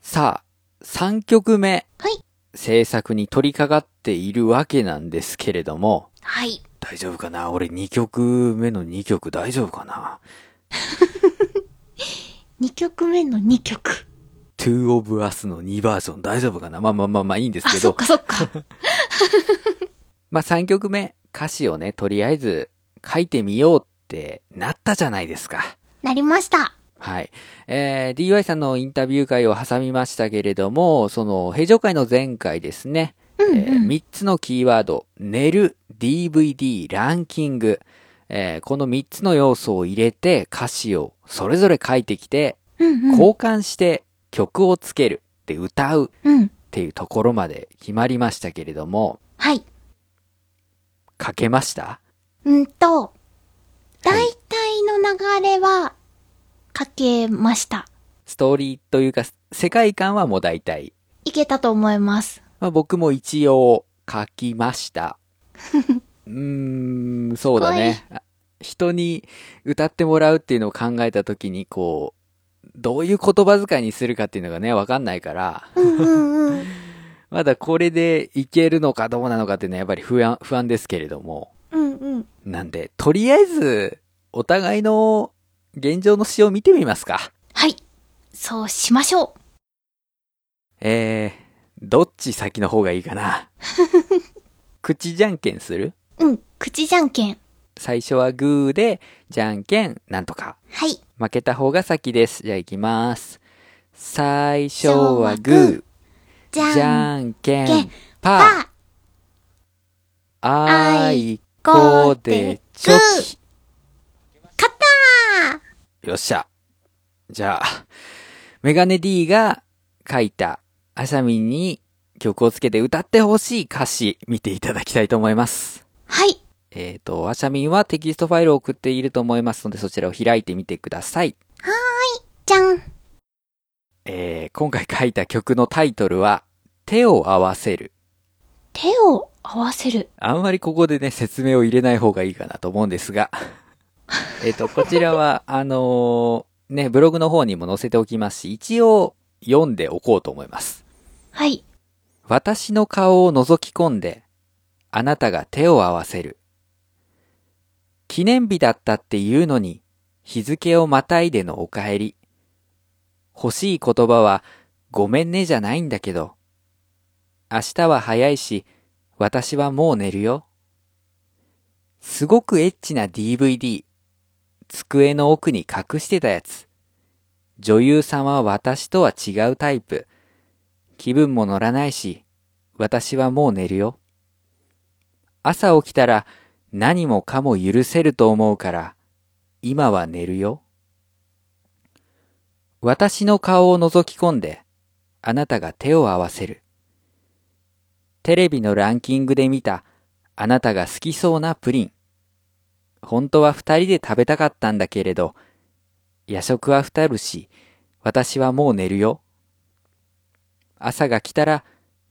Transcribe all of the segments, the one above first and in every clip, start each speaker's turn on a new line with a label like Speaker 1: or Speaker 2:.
Speaker 1: さあ、3曲目、
Speaker 2: はい。
Speaker 1: 制作に取り掛かっているわけなんですけれども、
Speaker 2: はい。
Speaker 1: 大丈夫かな俺2曲目の2曲大丈夫かな
Speaker 2: 2曲目の2曲。
Speaker 1: ?2 of Us の2バージョン大丈夫かなまあまあまあまあいいんです
Speaker 2: あ、
Speaker 1: け
Speaker 2: そっ
Speaker 1: ど、
Speaker 2: かそっか。
Speaker 1: まあ3曲目、歌詞をね、とりあえず書いてみようってなったじゃないですか。
Speaker 2: なりました。
Speaker 1: はい。えー、DY さんのインタビュー会を挟みましたけれども、その、平常会の前回ですね、
Speaker 2: うん
Speaker 1: えー
Speaker 2: うん。
Speaker 1: 3つのキーワード、寝る、DVD、ランキング、えーこの3つの要素を入れて歌詞をそれぞれ書いてきて、
Speaker 2: うんうん。
Speaker 1: 交換して曲をつける、で歌うっ
Speaker 2: うん。
Speaker 1: ていうところまで決まりましたけれども、
Speaker 2: はい。
Speaker 1: 書けました
Speaker 2: うんと、大体の流れは、書けました。
Speaker 1: ストーリーというか、世界観はもう大体。
Speaker 2: いけたと思います。
Speaker 1: まあ、僕も一応書きました。うーん、そうだね。あ人に歌ってもらうっていうのを考えたときに、こう、どういう言葉遣いにするかっていうのがね、わかんないから、
Speaker 2: うんうん うん。
Speaker 1: まだこれでいけるのかどうなのかっていうのはやっぱり不安、不安ですけれども。
Speaker 2: うんうん。
Speaker 1: なんで、とりあえず、お互いの現状の詩を見てみますか。
Speaker 2: はい。そうしましょう。
Speaker 1: えー、どっち先の方がいいかな。口じゃんけんする
Speaker 2: うん。口じゃんけん。
Speaker 1: 最初はグーで、じゃんけん、なんとか。
Speaker 2: はい。
Speaker 1: 負けた方が先です。じゃあ行きます。最初はグ
Speaker 2: じ
Speaker 1: ー、じ
Speaker 2: ゃん
Speaker 1: ゃんけ
Speaker 2: じゃん
Speaker 1: ん
Speaker 2: けん、
Speaker 1: パー、
Speaker 2: ぱ、
Speaker 1: あいこ
Speaker 2: こ
Speaker 1: で
Speaker 2: で
Speaker 1: チョキ。
Speaker 2: 勝ったー
Speaker 1: よっしゃ。じゃあ、メガネ D が書いた、あさみんに曲をつけて歌ってほしい歌詞、見ていただきたいと思います。
Speaker 2: はい。
Speaker 1: えっ、と、あさみんはテキストファイルを送っていると思いますので、そちらを開いてみてください。
Speaker 2: じゃん。
Speaker 1: えー今回書いた曲のタイトルは、手を合わせる。
Speaker 2: 手を合わせる。
Speaker 1: あんまりここでね、説明を入れない方がいいかなと思うんですが。 えっと、こちらは、あのーね、ブログの方にも載せておきますし、一応読んでおこうと思います。
Speaker 2: はい。
Speaker 1: 私の顔を覗き込んで、あなたが手を合わせる。記念日だったっていうのに、日付をまたいでのお帰り。欲しい言葉は、ごめんねじゃないんだけど。明日は早いし、私はもう寝るよ。すごくエッチな DVD。机の奥に隠してたやつ。女優さんは私とは違うタイプ。気分も乗らないし、私はもう寝るよ。朝起きたら何もかも許せると思うから、今は寝るよ。私の顔を覗き込んで、あなたが手を合わせる。テレビのランキングで見た、あなたが好きそうなプリン。本当は二人で食べたかったんだけれど、夜食は二るし、私はもう寝るよ。朝が来たら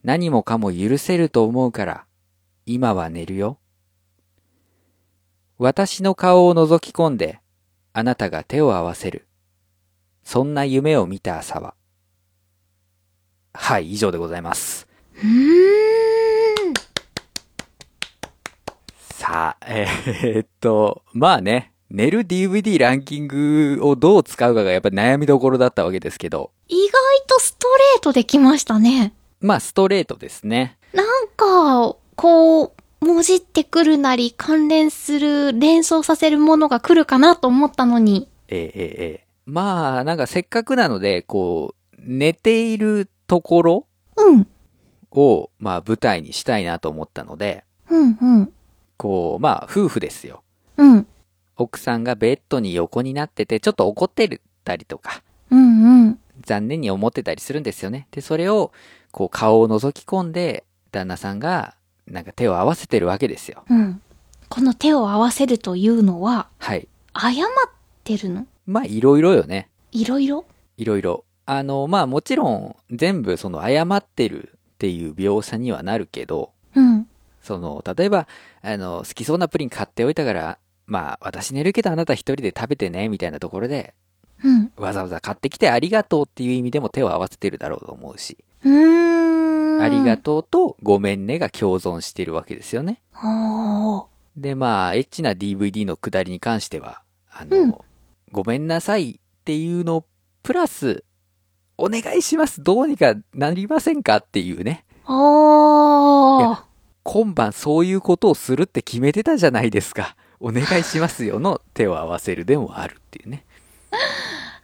Speaker 1: 何もかも許せると思うから今は寝るよ。私の顔を覗き込んであなたが手を合わせる。そんな夢を見た朝は。はい、以上でございます。
Speaker 2: うーん。
Speaker 1: さあ、えーっと、まあね、寝る DVD ランキングをどう使うかがやっぱり悩みどころだったわけですけど、
Speaker 2: 意外とストレートできましたね。
Speaker 1: まあストレートですね。
Speaker 2: なんか、こう、もじってくるなり関連する、連想させるものが来るかなと思ったのに。
Speaker 1: ええええええまあ、なんかせっかくなので、こう、寝ているところ
Speaker 2: うん。
Speaker 1: を、まあ舞台にしたいなと思ったので、
Speaker 2: うん、うん。
Speaker 1: こう、まあ夫婦ですよ。
Speaker 2: うん。
Speaker 1: 奥さんがベッドに横になってて、ちょっと怒ってたりとか、
Speaker 2: うん、うん。
Speaker 1: 残念に思ってたりするんですよね。で、それを、こう顔を覗き込んで、旦那さんが、なんか手を合わせてるわけですよ。
Speaker 2: うん。この手を合わせるというのは、
Speaker 1: はい。
Speaker 2: 謝ってるの
Speaker 1: まあいろいろよね。
Speaker 2: いろいろ
Speaker 1: いろいろ。あの、まあもちろん、全部その謝ってるっていう描写にはなるけど、
Speaker 2: うん。
Speaker 1: その、例えば、あの、好きそうなプリン買っておいたから、まあ、私寝るけどあなた一人で食べてね、みたいなところで、
Speaker 2: うん。
Speaker 1: わざわざ買ってきてありがとうっていう意味でも手を合わせてるだろうと思うし、
Speaker 2: うーん。
Speaker 1: ありが
Speaker 2: と
Speaker 1: とうとごめんねが共存してるわけですよね。
Speaker 2: う。おー。
Speaker 1: で、まあ、エッチな DVD のくだりに関しては、あの、
Speaker 2: うん
Speaker 1: ごめんなさいっていうの、プラス、お願いします、どうにかなりませんかっていうね。い
Speaker 2: おー
Speaker 1: や。今晩そういうことをするって決めてたじゃないですか。お願いしますよの手を合わせるでもあるっていうね。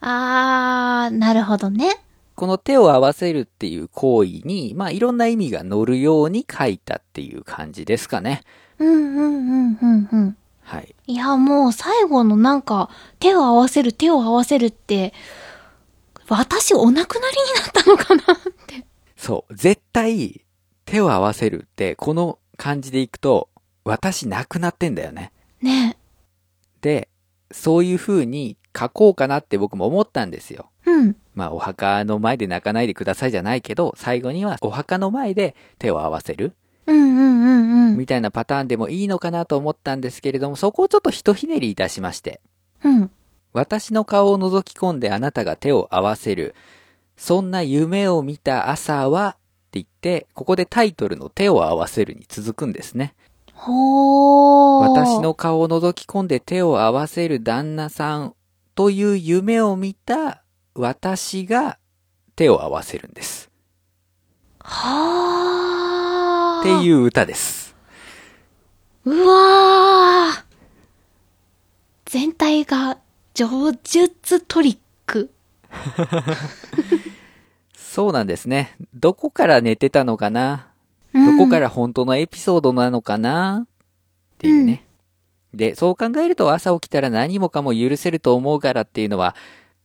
Speaker 2: あー、なるほどね。
Speaker 1: この手を合わせるっていう行為に、まあいろんな意味が乗るように書いたっていう感じですかね。
Speaker 2: うんうんうんうんうん。
Speaker 1: はい。
Speaker 2: いや、もう最後のなんか、手を合わせる、手を合わせるって、私お亡くなりになったのかなって。
Speaker 1: そう。絶対、手を合わせるって、この感じでいくと、私亡くなってんだよ ね。
Speaker 2: ね
Speaker 1: で、そういう風に書こうかなって僕も思ったんですよ。
Speaker 2: え。うん。
Speaker 1: まあお墓の前で泣かないでくださいじゃないけど、最後にはお墓の前で手を合わせる。
Speaker 2: うんうんうんうん。
Speaker 1: みたいなパターンでもいいのかなと思ったんですけれども、そこをちょっとひとひねりいたしまして、
Speaker 2: うん。
Speaker 1: 私の顔を覗き込んであなたが手を合わせる、そんな夢を見た朝は、って言って、ここでタイトルの手を合わせるに続くんですね。
Speaker 2: ほー。
Speaker 1: 私。の顔を覗き込んで手を合わせる旦那さんという夢を見た私が手を合わせるんです。
Speaker 2: は
Speaker 1: っ
Speaker 2: ー。
Speaker 1: ていう歌です。
Speaker 2: うわー全体が上術トリック。
Speaker 1: そうなんですね。どこから寝てたのかな
Speaker 2: うん
Speaker 1: どこから本当のエピソードなのかなっていうね。で、そう考えると朝起きたら何もかも許せると思うからっていうのは、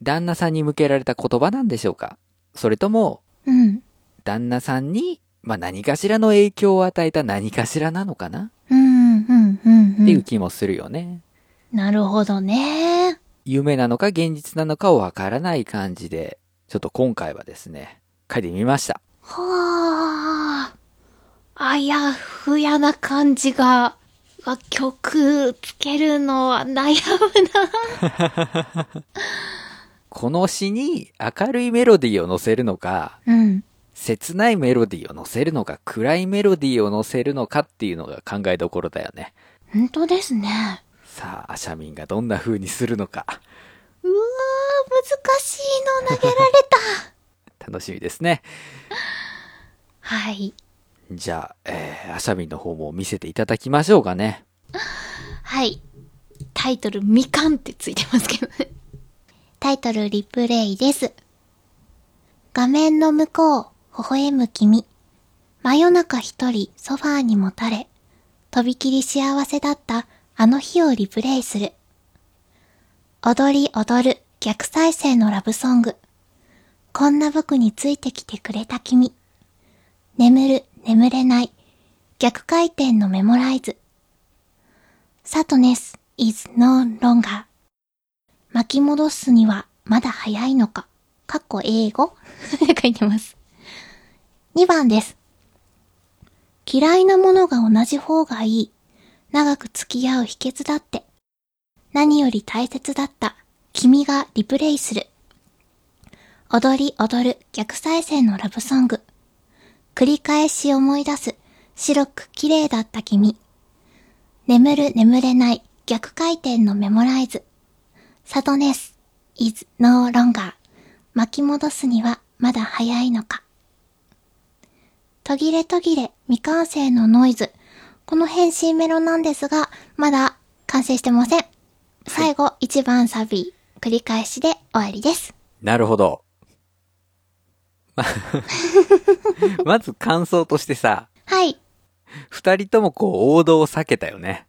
Speaker 1: 旦那さんに向けられた言葉なんでしょうかそれとも、
Speaker 2: うん。
Speaker 1: 旦那さんに、まあ、何かしらの影響を与えた何かしらなのかな
Speaker 2: うん、うん、うん、う。
Speaker 1: っていうん気もするよね。
Speaker 2: なるほどね。
Speaker 1: 夢なのか現実なのかわからない感じで、ちょっと今回はですね、書いてみました。
Speaker 2: はあ。あやふやな感じが、あ曲つけるのは悩むな。
Speaker 1: この詩に明るいメロディーを乗せるのか、
Speaker 2: うん。
Speaker 1: 切ないメロディーを乗せるのか、暗いメロディーを乗せるのかっていうのが考えどころだよね。
Speaker 2: 本当ですね。
Speaker 1: さあ、アシャミンがどんな風にするのか、
Speaker 2: うわー難しいの投げられた。
Speaker 1: 楽しみですね。
Speaker 2: はい。
Speaker 1: じゃあ、えー、アシャミンの方も見せていただきましょうかね。
Speaker 2: はい。タイトル、みかんってついてますけどね。タイトル、リプレイです。画面の向こう、微笑む君。真夜中一人、ソファーにもたれ。とびきり幸せだった、あの日をリプレイする。踊り踊る、逆再生のラブソング。こんな僕についてきてくれた君。眠る、眠れない。逆回転のメモライズ。サトネス is no longer 巻き戻すにはまだ早いのか。かっこ英語 書いてます。2番です。嫌いなものが同じ方がいい。長く付き合う秘訣だって。何より大切だった。君がリプレイする。踊り踊る逆再生のラブソング。繰り返し思い出す。白く綺麗だった君。眠る眠れない逆回転のメモライズ。サドネス is no longer 巻き戻すにはまだ早いのか。途切れ途切れ未完成のノイズ。この変身メロなんですが、まだ完成してません。最後、一番サビ、繰り返しで終わりです。
Speaker 1: なるほど。 ままず感想としてさ、
Speaker 2: はい。
Speaker 1: 二人ともこう王道を避けたよね。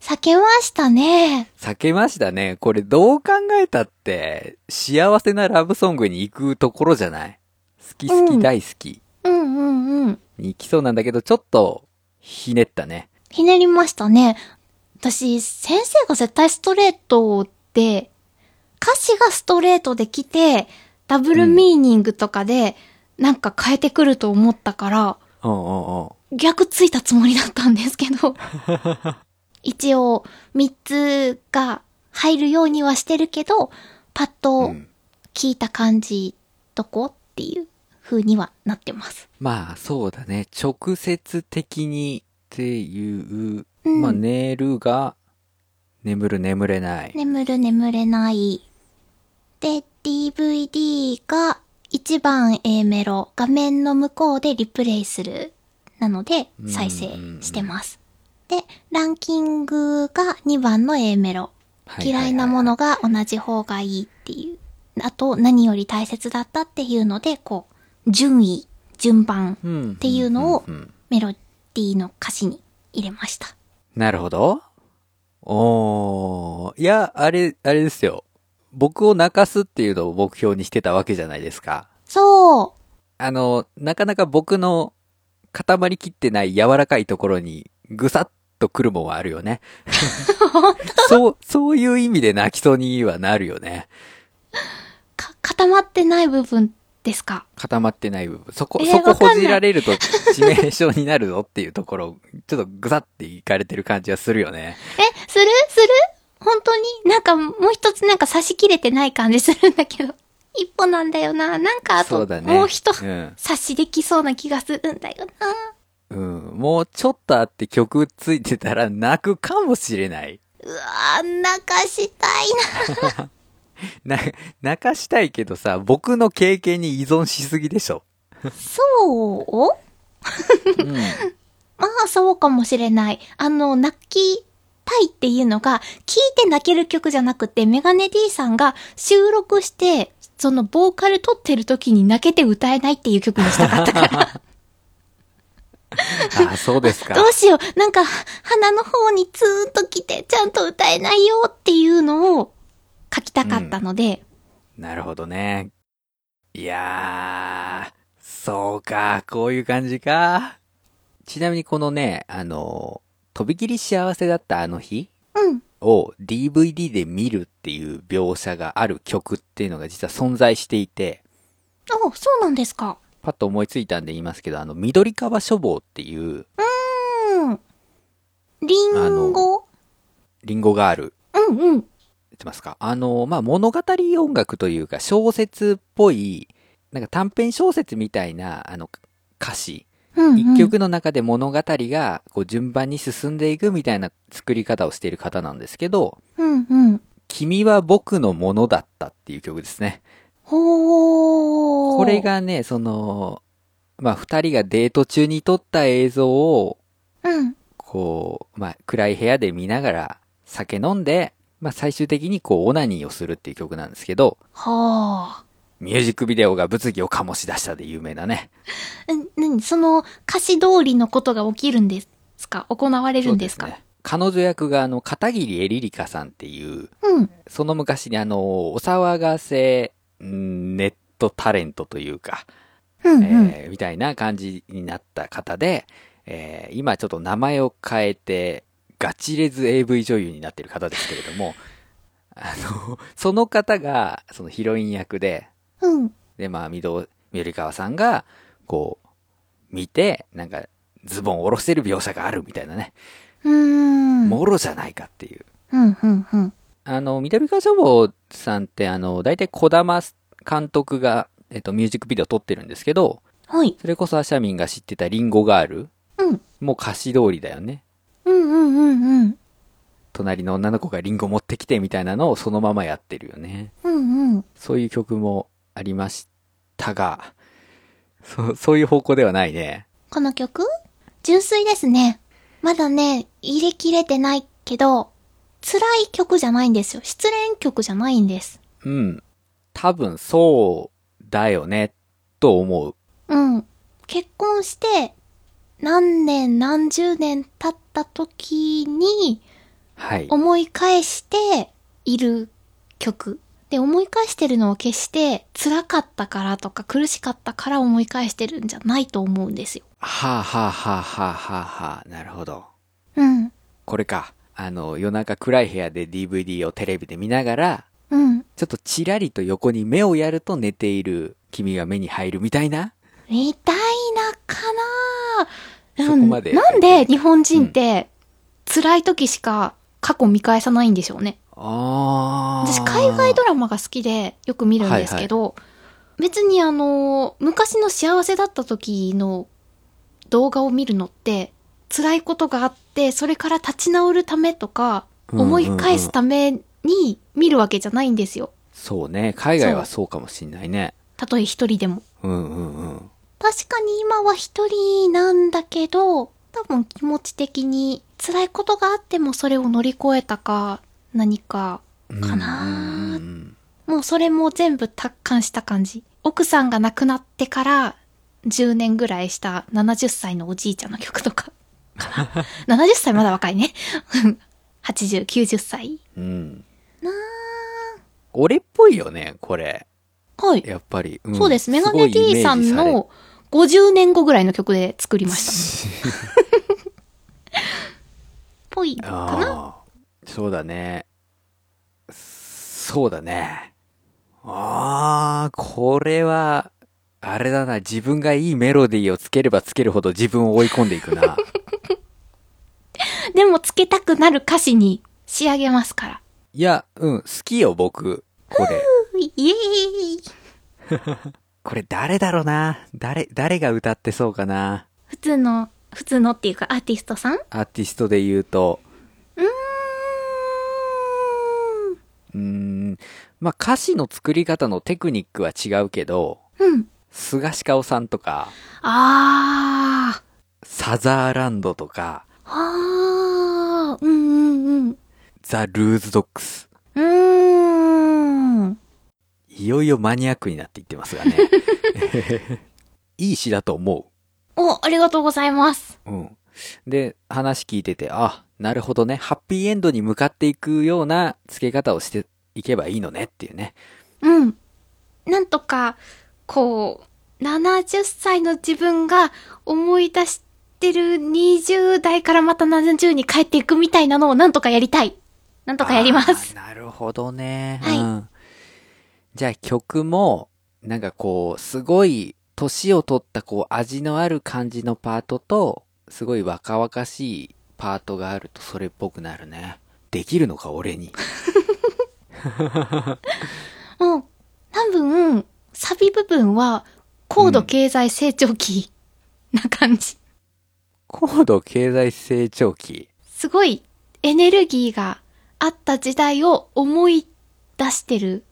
Speaker 2: 避けましたね。
Speaker 1: 避けましたね。これどう考えたって、幸せなラブソングに行くところじゃない好き好き大好き
Speaker 2: うんうんうん。
Speaker 1: に行きそうなんだけど、ちょっと、ひねったね。
Speaker 2: ひねりましたね。私、先生が絶対ストレートで、歌詞がストレートできて、ダブルミーニングとかで、なんか変えてくると思ったから、
Speaker 1: うんうんうん。
Speaker 2: 逆ついたつもりだったんですけ ど。一応、三つが入るようにはしてるけど、パッと
Speaker 1: うん
Speaker 2: 聞いた感じ、どこっていう風にはなってます。
Speaker 1: まあそうだね。直接的にっていう、
Speaker 2: うん
Speaker 1: まあネイルが眠る眠れない。
Speaker 2: 眠る眠れない。で、DVD が1番 A メロ、画面の向こうでリプレイする。なので、再生してます。で、ランキングが2番の A メロ。
Speaker 1: ははは
Speaker 2: 嫌いなもの。が同じ方がいいっていう。あと、何より大切だったっていうので、こう、順位、順番
Speaker 1: うん
Speaker 2: っていうのを
Speaker 1: うんうん
Speaker 2: メロディーの歌詞に入れました。
Speaker 1: なるほど。おー。いや、あれ、あれですよ。僕を泣かすっていうのを目標にしてたわけじゃないですか。
Speaker 2: そう
Speaker 1: あの、なかなか僕の固まりきってない柔らかいところにぐさっとくるもんはあるよ ね。そう、そういう意味で泣きそうにはなるよね。
Speaker 2: か、固まってない部分ですか
Speaker 1: 固まってない部分。そこ、
Speaker 2: えー
Speaker 1: そこ
Speaker 2: わかん
Speaker 1: ほ
Speaker 2: ない
Speaker 1: じられると致命傷になるぞっていうところ、ちょっとぐさっていかれてる感じはするよね。
Speaker 2: え、するする本当になんかもう一つなんか差し切れてない感じするんだけど。 一歩なんだよな。なんかあ
Speaker 1: そ
Speaker 2: と、
Speaker 1: うだね。
Speaker 2: もう一
Speaker 1: うん。
Speaker 2: 差しできそうな気がするんだよな。
Speaker 1: うん。もうちょっとあって曲ついてたら泣くかもしれない。
Speaker 2: うわー、泣かしたいな。
Speaker 1: な、泣かしたいけどさ、僕の経験に依存しすぎでし ょ。
Speaker 2: そう
Speaker 1: うん。
Speaker 2: まあ、そうかもしれない。あの、泣きたいっていうのが、聴いて泣ける曲じゃなくて、メガネ D さんが収録して、そのボーカル撮ってる時に泣けて歌えないっていう曲にしたかったから。
Speaker 1: あ、そうですか
Speaker 2: ど。うしよう。なんか、鼻の方にツーンと来て、ちゃんと歌えないよっていうのを書きたかったので、
Speaker 1: なるほどね。いやー、そうか、こういう感じか。ちなみにこのね、あの、とびきり幸せだったあの日
Speaker 2: うん。
Speaker 1: を DVD で見るっていう描写がある曲っていうのが実は存在していて、
Speaker 2: おそうなんですか。
Speaker 1: パッと思いついたんで言いますけど、あの、緑川書房っていう
Speaker 2: うん。リンゴ
Speaker 1: リンゴがある、
Speaker 2: うんうん。
Speaker 1: 言ってますかあの、まあ、物語音楽というか、小説っぽい、なんか短編小説みたいな、あの、歌詞
Speaker 2: うん、うん。
Speaker 1: 一。曲の中で物語がこう順番に進んでいくみたいな作り方をしている方なんですけど、
Speaker 2: うんうん。
Speaker 1: 君は僕のものだったっていう曲ですね。
Speaker 2: ほー。
Speaker 1: これ、がね、その、まあ、二人がデート中に撮った映像を、
Speaker 2: うん。
Speaker 1: こう、まあ、暗い部屋で見ながら酒飲んで、まあ、最終的にこう、オナニーをするっていう曲なんですけど、
Speaker 2: は
Speaker 1: ミュージックビデオが物議を醸し出したで有名なね。
Speaker 2: ー。ん、なに、その歌詞通りのことが起きるんですか行われるんですか
Speaker 1: そうね。彼女役があの、片桐えりりかさんっていう、
Speaker 2: うん。
Speaker 1: その昔にあの、お騒がせ、うんネットタレントというか、
Speaker 2: うんうん。
Speaker 1: えーみたいな感じになった方で、えー今ちょっと名前を変えて、ガチレズ AV 女優になってる方ですけれども、 あの、その方が、そのヒロイン役で、
Speaker 2: うん。
Speaker 1: で、まあ、みど、みよりかわさんが、こう、見て、なんか、ズボンを下ろしてる描写があるみたいなね、
Speaker 2: うーん。
Speaker 1: もろじゃないかっていう。
Speaker 2: うんうんうん。
Speaker 1: あの、緑川書房さんって、あの、大体小玉監督が、えっと、ミュージックビデオ撮ってるんですけど、
Speaker 2: はい。
Speaker 1: それこそアシャミンが知ってたリンゴガール
Speaker 2: うん。
Speaker 1: もう歌詞通りだよね。
Speaker 2: うんうんうんうん。
Speaker 1: 隣の女の子がリンゴ持ってきてみたいなのをそのままやってるよね。
Speaker 2: うんうん。
Speaker 1: そういう曲もありましたが、そ、そういう方向ではないね。
Speaker 2: この曲純粋ですね。まだね、入れ切れてないけど、辛い曲じゃないんですよ。失恋曲じゃないんです。
Speaker 1: うん。多分そうだよね、と思う。
Speaker 2: うん。結婚して、何年何十年経った時に
Speaker 1: はい。
Speaker 2: 思い返している曲。で、思い返してるのを決して辛かったからとか苦しかったから思い返してるんじゃないと思うんですよ。
Speaker 1: はあ、はあはあはあはあはあ、なるほど。
Speaker 2: うん。
Speaker 1: これか。あの、夜中暗い部屋で DVD をテレビで見ながら、
Speaker 2: うん。
Speaker 1: ちょっとチラリと横に目をやると寝ている君が目に入るみたいな
Speaker 2: みたいなかな
Speaker 1: そこまで
Speaker 2: うんなんで日本人って辛い時しか過去見返さないんでしょうね。
Speaker 1: ああ。
Speaker 2: 私海外ドラマが好きでよく見るんですけど、別にあの昔の幸せだった時の動画を見るのって辛いことがあってそれから立ち直るためとか
Speaker 1: うんうんうん
Speaker 2: 思い返すために見るわけじゃないんですよ
Speaker 1: そうね。海外はそうかもしんないね。
Speaker 2: たとえ一人でも
Speaker 1: うんうんうん。
Speaker 2: 確かに今は一人なんだけど多分気持ち的に辛いことがあってもそれを乗り越えたか何かかな
Speaker 1: うんう
Speaker 2: ー
Speaker 1: んうん
Speaker 2: もうそれも全部達観した感じ。奥さんが亡くなってから10年ぐらいした70歳のおじいちゃんの曲とかか な。70歳まだ若いね。80、90歳。
Speaker 1: うん。
Speaker 2: な
Speaker 1: 俺っぽいよね、これ。
Speaker 2: ーはい。
Speaker 1: やっぱり。ん
Speaker 2: そうです。メガ
Speaker 1: ご
Speaker 2: ネ
Speaker 1: いイメー
Speaker 2: T
Speaker 1: ジ
Speaker 2: さん
Speaker 1: れる
Speaker 2: の50年後ぐらいの曲で作りました。ぽいかな
Speaker 1: ああそうだね。そうだね。ああ、これは、あれだな、自分がいいメロディーをつければつけるほど自分を追い込んでいく な。
Speaker 2: でもつけたくなる歌詞に仕上げますから。
Speaker 1: いや、うん、好きよ、僕。これ。
Speaker 2: イエーイ
Speaker 1: これ誰だろうな。誰、誰が歌ってそうかな。
Speaker 2: 普通の、普通のっていうかアーティストさんう
Speaker 1: アーティストで言うと。
Speaker 2: ーん。
Speaker 1: うーん、まあ、歌詞の作り方のテクニックは違うけど、
Speaker 2: うん。
Speaker 1: 菅鹿尾さんとか、
Speaker 2: あ
Speaker 1: サザーランドとか、
Speaker 2: あ。ああ。うんうん
Speaker 1: ザ・ルーズ・ドックス。
Speaker 2: うん。うーん。
Speaker 1: いよいよマニアックになっていってます がね。いい詩だと思
Speaker 2: お、ありがとうございます。
Speaker 1: う。うん。で、話聞いてて、あ、なるほどね。ハッピーエンドに向かっていくような付け方をしていけばいいのねっていうね。
Speaker 2: うん。なんとか、こう、70歳の自分が思い出してる20代からまた70に帰っていくみたいなのをなんとかやりたい。なんとかやります。
Speaker 1: あーなるほどね。
Speaker 2: はい
Speaker 1: うん。じゃあ曲も、なんかこう、すごい、年を取ったこう、味のある感じのパートと、すごい若々しいパートがあるとそれっぽくなるね。できるのか、俺に。
Speaker 2: うん。多分、サビ部分は、高度経済成長期な感じ。
Speaker 1: 高度経済成長期。
Speaker 2: すごいエネルギーがあった時代を思い出してる。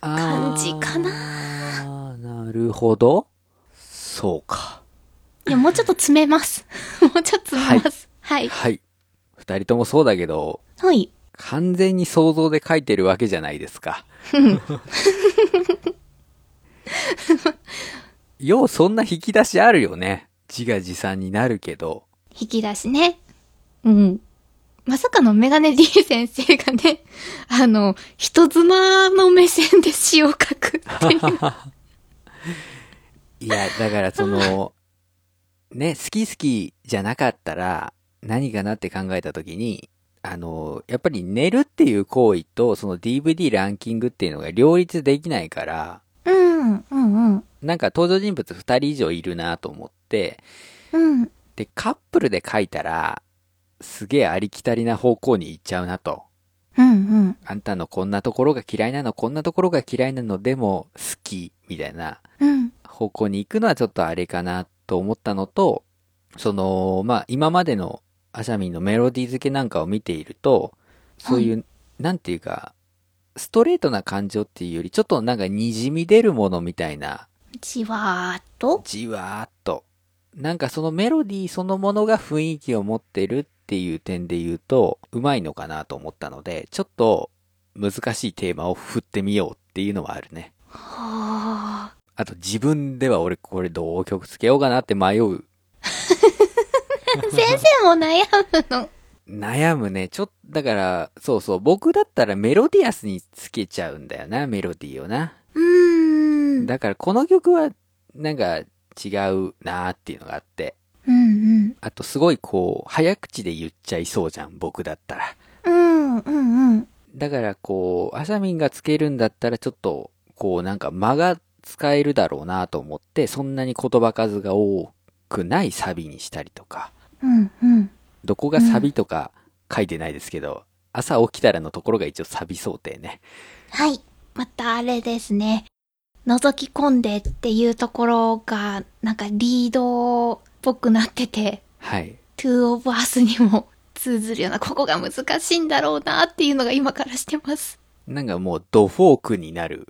Speaker 2: 感じか
Speaker 1: ななるほど。そうか。
Speaker 2: いや、もうちょっと詰めます。 もうちょっと詰めます。はい。
Speaker 1: はい。二人ともそうだけど、
Speaker 2: はい。
Speaker 1: 完全に想像で書いてるわけじゃないです か。ようそんな引き出しあるよね。自画自賛になるけど。
Speaker 2: 引き出しね。うん。まさかのメガネ D 先生がね、 あの、人妻の目線で詩を書くっていう。
Speaker 1: いや、だからその、ね、好き好きじゃなかったら何かなって考えた時に、あの、やっぱり寝るっていう行為とその DVD ランキングっていうのが両立できないから、
Speaker 2: うん、うん、うん。
Speaker 1: なんか登場人物2人以上いるなと思って、
Speaker 2: うん。
Speaker 1: で、カップルで書いたら、すげえありきたりな方向に行っちゃうなと。
Speaker 2: うん、うん。
Speaker 1: あんたのこんなところが嫌いなの、こんなところが嫌いなのでも好き、みたいな
Speaker 2: うん。
Speaker 1: 方向に行くのはちょっとあれかなと思ったのと、その、まあ、今までのアシャミンのメロディー付けなんかを見ていると、そういう、なんていうか、ストレートな感情っていうより、ちょっとなんか滲み出るものみたいな
Speaker 2: じわーっと。
Speaker 1: じわーっと。なんかそのメロディーそのものが雰囲気を持ってるっていう点で言うと、うまいのかなと思ったので、ちょっと難しいテーマを振ってみようっていうのはあるね。
Speaker 2: はー。
Speaker 1: あと自分では俺これどう曲つけようかなって迷う。
Speaker 2: 先生も悩むの。
Speaker 1: 悩むね。ちょっと、だから、そうそう、僕だったらメロディアスにつけちゃうんだよな、メロディーをな。
Speaker 2: うーん。
Speaker 1: だからこの曲は、なんか違うなーっていうのがあって。
Speaker 2: うん、
Speaker 1: あとすごいこう、早口で言っちゃいそうじゃん、僕だったら。
Speaker 2: うん。うん、うん、うん。
Speaker 1: だからこう、アシャミンがつけるんだったらちょっと、こうなんか間が使えるだろうなと思って、そんなに言葉数が多くないサビにしたりとか、
Speaker 2: うん、うん。
Speaker 1: どこがサビとか書いてないですけど、朝起きたらのところが一応サビ想定ね。
Speaker 2: はい。またあれですね。覗き込んでっていうところが、なんかリードっぽくなってて、
Speaker 1: はい。
Speaker 2: 2 of us にも通ずるような、ここが難しいんだろうなっていうのが今からしてます。
Speaker 1: なんかもうドフォークになる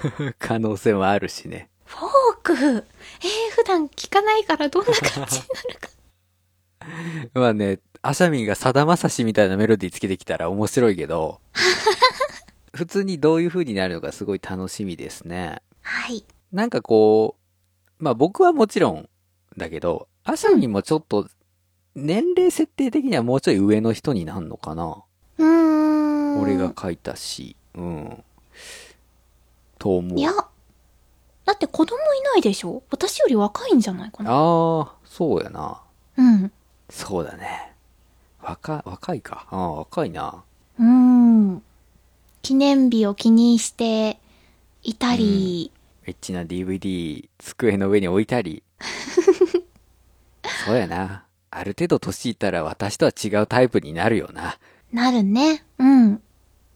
Speaker 1: 可能性もあるしね。
Speaker 2: フォークえー、普段聞かないからどんな感じになるか。
Speaker 1: まあね、アシャミンがさだまさしみたいなメロディーつけてきたら面白いけど、普通にどういう風になるのかすごい楽しみですね。
Speaker 2: はい。
Speaker 1: なんかこう、まあ僕はもちろんだけど、アシャミンもちょっと年齢設定的にはもうちょい上の人になるのかな。
Speaker 2: うーん。
Speaker 1: 俺が。書いたし、うん。と思う。
Speaker 2: いや。だって子供いないでしょ私より若いんじゃないかな。
Speaker 1: ああ、そうやな。
Speaker 2: うん。
Speaker 1: そうだね。若、若いか。ああ、若いな。
Speaker 2: うーん。記念日を気にしていたり、
Speaker 1: エッチな DVD、机の上に置いたり。そうやな。ある程度年いったら私とは違うタイプになるよな。
Speaker 2: なるね。うん。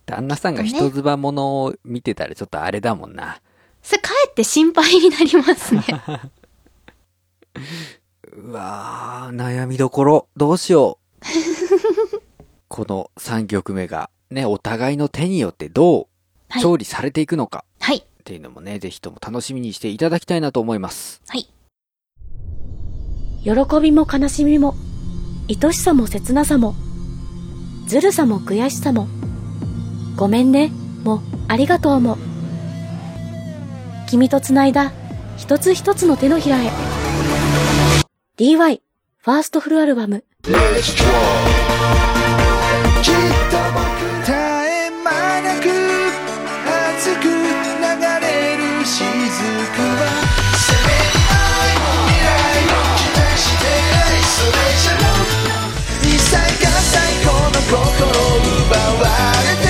Speaker 1: 旦那さんが人妻ものを見てたらちょっとあれだもんな。
Speaker 2: それ、かえって心配になります ね。
Speaker 1: うわー、悩みどころ。どうしよう。 この3曲目が、ね、お互いの手によってどう
Speaker 2: はい
Speaker 1: 調理されていくのか。
Speaker 2: はい。
Speaker 1: っていうのもね、ぜひとも楽しみにしていただきたいなと思います。
Speaker 2: はい。
Speaker 3: 喜びも悲しみも愛しさも切なさもずるさも悔しさもごめんねもありがとうも君とつないだ一つ一つの手のひらへ DY ファーストフルアルバム
Speaker 4: 絶え間なく熱く流れる雫はせめ愛未来を期待して愛それじゃろう異彩が最高の心を奪われて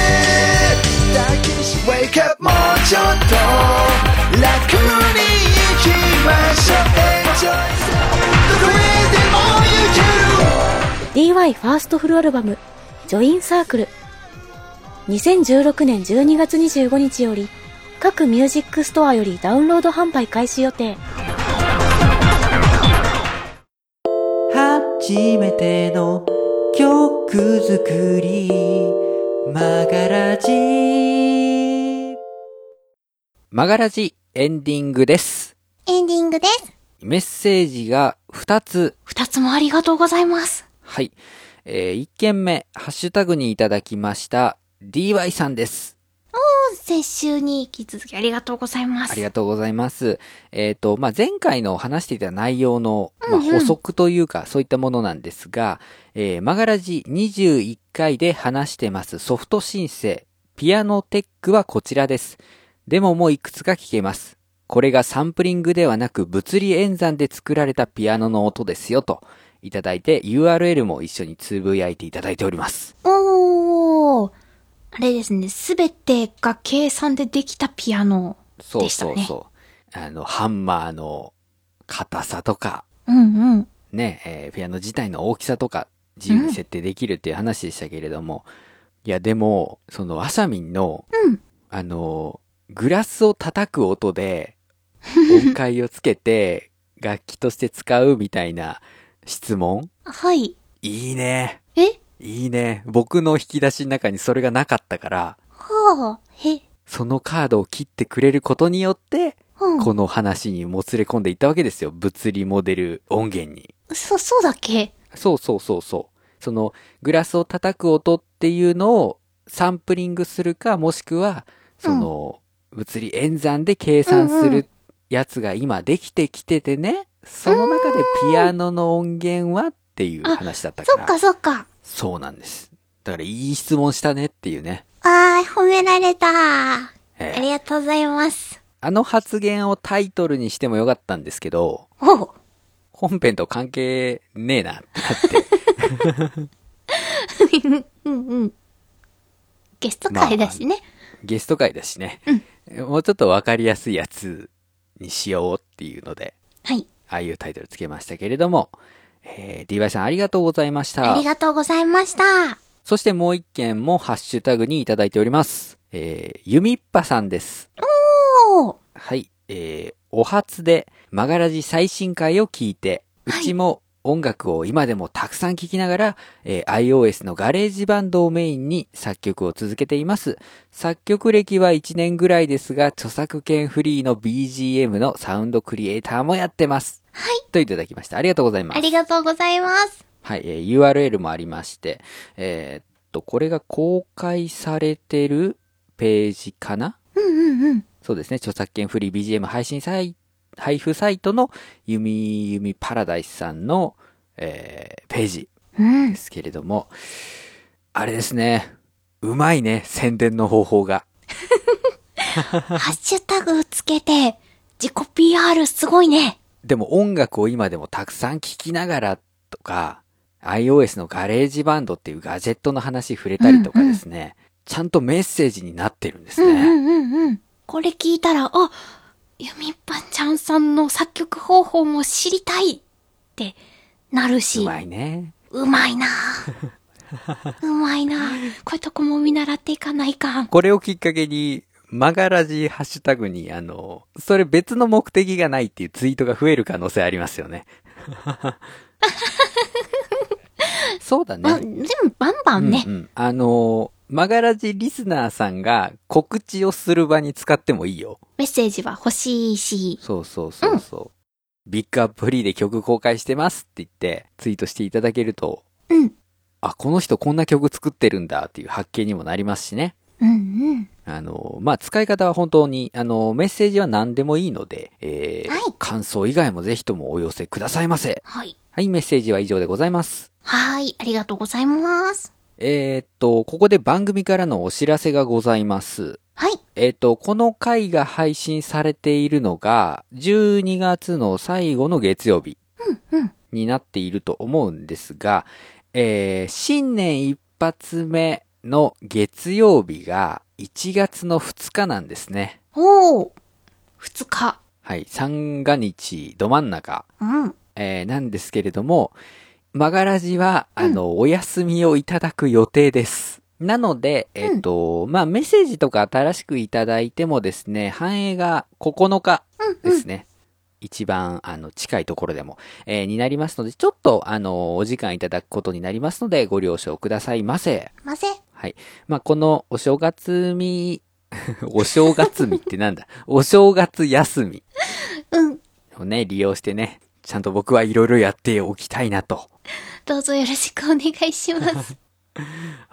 Speaker 4: 抱きし Wake up もうちょっと楽に生きましょう Enjoy どこへでも行ける
Speaker 3: DY ファーストフルアルバム「ジョインサークル」2016年12月25日より各ミュージックストアよりダウンロード販売開始予定
Speaker 5: 初めての曲作りマガラジ
Speaker 1: マガラジエンディングです。
Speaker 2: エンディングです。
Speaker 1: メッセージが2つ。
Speaker 2: 二つもありがとうございます。
Speaker 1: はい。え1件目、ハッシュタグにいただきました。DY さんです。
Speaker 2: 先週に引き続きありがとうございます。
Speaker 1: ありがとうございます。えっ、と、まあ、前回の話していた内容の、まあ、
Speaker 2: うんう
Speaker 1: 補
Speaker 2: ん
Speaker 1: 足というか、そういったものなんですが、えー、マガラジ21回で話してますソフト申請、ピアノテックはこちらです。でももういくつか聞けます。これがサンプリングではなく物理演算で作られたピアノの音ですよといただいて URL も一緒につぶやいていただいております。
Speaker 2: おー。あれですね、すべてが計算でできたピアノ
Speaker 1: そう
Speaker 2: でした
Speaker 1: そ
Speaker 2: ね。
Speaker 1: うそう。あの、ハンマーの硬さとか、
Speaker 2: うんうん。
Speaker 1: ね、えーピアノ自体の大きさとか自由に設定できるっていう話でしたけれども、いやでも、そのアシャミンの、
Speaker 2: うん
Speaker 1: あのー、グラスを叩く音で 音階をつけて楽器として使うみたいな質問
Speaker 2: はい。
Speaker 1: いいね。
Speaker 2: え
Speaker 1: いいね。僕の引き出しの中にそれがなかったから、
Speaker 2: はあ。へ。
Speaker 1: そのカードを切ってくれることによって、
Speaker 2: うん。
Speaker 1: この話にもつれ込んでいったわけですよ。物理モデル音源に。
Speaker 2: そ、そうだっけ
Speaker 1: そうそうそうそう。そのグラスを叩く音っていうのをサンプリングするかもしくはその物理演算で計算す
Speaker 2: うんう
Speaker 1: るやつが今できてきててね。その中でピアノの音源はっていう話だったか
Speaker 2: そ
Speaker 1: ら。
Speaker 2: っかそっか。
Speaker 1: そうなんです。だからいい質問したねっていうね。
Speaker 2: あー、褒められた。あ
Speaker 1: ええ
Speaker 2: りがとうございます。
Speaker 1: あの発言をタイトルにしてもよかったんですけど、
Speaker 2: おう。
Speaker 1: 本編と関係ねえなってなって。
Speaker 2: うんうん。ゲスト会だしね。
Speaker 1: ゲスト会だしね、もうちょっとわかりやすいやつにしようっていうので、
Speaker 2: はい。
Speaker 1: ああいうタイトルつけましたけれども、えー、DY さんありがとうございました。
Speaker 2: ありがとうございました。
Speaker 1: そしてもう一件もハッシュタグにいただいております。えー、ゆみっぱさんです。
Speaker 2: おー
Speaker 1: はい。えー、お初で、マガラジ最新回を聞いて、う
Speaker 2: はい
Speaker 1: ちも音楽を今でもたくさん聴きながら、えー iOS のガレージバンドをメインに作曲を続けています。作曲歴は1年ぐらいですが、著作権フリーの BGM のサウンドクリエイターもやってます。
Speaker 2: はい。
Speaker 1: といただきました。ありがとうございます
Speaker 2: あ。りがとうございます。
Speaker 1: はい、えー URL もありまして、えーっと、これが公開されてるページかな
Speaker 2: うんうんうん。
Speaker 1: そうですね、著作権フリー BGM 配信サイ配布サイトのゆみゆみパラダイスさんの、えーページ
Speaker 2: う ん
Speaker 1: で。すけれども、あれですね、うまいね、宣伝の方法が。
Speaker 2: ハッシュタグつけて、自己 PR すごいね。
Speaker 1: でも音楽を今でもたくさん聴きながらとか、iOS のガレージバンドっていうガジェットの話触れたりとかですね、ちゃんとメッセージになってるんです
Speaker 2: う
Speaker 1: ね。
Speaker 2: んうんうんうん。これ聞いたら、あ、ゆみっぱちゃんさんの作曲方法も知りたいってなるし。
Speaker 1: うまいね。
Speaker 2: うまいな あうまいなあこういうとこも見習っていかないかん。
Speaker 1: これをきっかけに、マガラジハッシュタグに、あの、それ別の目的がないっていうツイートが増える可能性ありますよ ね。そうだ
Speaker 2: ま、
Speaker 1: ね
Speaker 2: で。もバンバンね。
Speaker 1: うんうんあの、マガラジリスナーさんが告知をする場に使ってもいいよ。
Speaker 2: メッセージは欲しいし。
Speaker 1: そうそうそうそう。ビッグアップフリーで曲公開してますって言って、ツイートしていただけると、
Speaker 2: うん。
Speaker 1: あ、この人こんな曲作ってるんだっていう発見にもなりますしね。
Speaker 2: うんうん。
Speaker 1: あの、まあ、使い方は本当に、あの、メッセージは何でもいいので、えー
Speaker 2: はい
Speaker 1: 感想以外もぜひともお寄せくださいませ。
Speaker 2: はい。
Speaker 1: はい、メッセージは以上でございます。
Speaker 2: はーい。ありがとうございます。
Speaker 1: えーっと、ここで番組からのお知らせがございます。
Speaker 2: はい。
Speaker 1: えーっと、この回が配信されているのが、12月の最後の月曜日
Speaker 2: うんうん
Speaker 1: になっていると思うんですが、えー新年一発目の月曜日が1月の2日なんですね。
Speaker 2: おー。二日。
Speaker 1: はい、三が日ど真ん中、
Speaker 2: うん。
Speaker 1: えーなんですけれども、マガラジは、あの、お休みをいただく予定です。なので、えっ、と、まあ、メッセージとか新しくいただいてもですね、反映が9日ですね。一番、あの、近いところでも、えーになりますので、ちょっと、あの、お時間いただくことになりますので、ご了承くださいませ。
Speaker 2: ませ。
Speaker 1: はい。まあ、このお正月み、 お正月みってなんだ お正月休み。
Speaker 2: うん。
Speaker 1: をね、利用してね、ちゃんと僕はいろいろやっておきたいなと
Speaker 2: どうぞよろしくお願いし ます。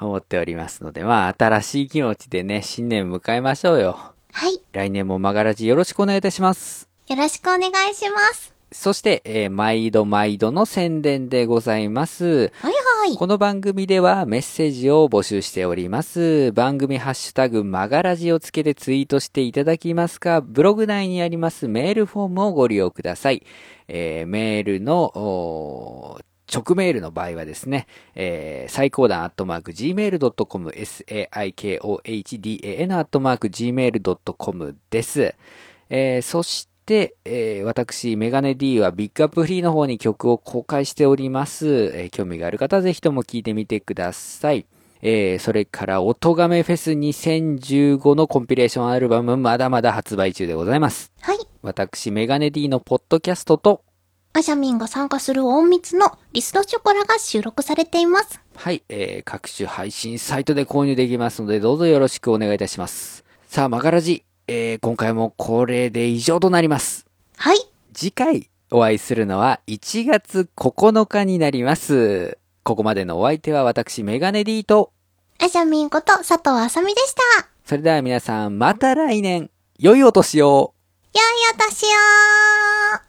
Speaker 1: 思っておりますので、まあ、新しい気持ちでね、新年迎えましょうよ。
Speaker 2: はい。
Speaker 1: 来年もマガラジよろしくお願いいたします。
Speaker 2: よろしくお願いします。
Speaker 1: そして、えー毎度毎度の宣伝でございます。
Speaker 2: はいはい。
Speaker 1: この番組ではメッセージを募集しております。番組ハッシュタグマガラジをつけてツイートしていただきますか、ブログ内にありますメールフォームをご利用ください。えーメールの、おー直メールの場合はですね、えー最高段アットマーク gmail.com、saikohdan アットマーク gmail.com です。えーそして、えー私、メガネ D はビッグアップフリーの方に曲を公開しております。えー興味がある方はぜひとも聞いてみてください。えーそれから、おとがめフェス2015のコンピレーションアルバム、まだまだ発売中でございます。
Speaker 2: はい。
Speaker 1: 私、メガネ D のポッドキャストと、
Speaker 2: アシャミンが参加する隠密のリストショコラが収録されています。
Speaker 1: はい、えー各種配信サイトで購入できますので、どうぞよろしくお願いいたします。さあ、マガラジ、えー今回もこれで以上となります。
Speaker 2: はい。
Speaker 1: 次回お会いするのは1月9日になります。ここまでのお相手は私メガネ D と、
Speaker 2: アシャミンこと佐藤あさみでした。
Speaker 1: それでは皆さんまた来年、良いお年を
Speaker 2: 良いお年を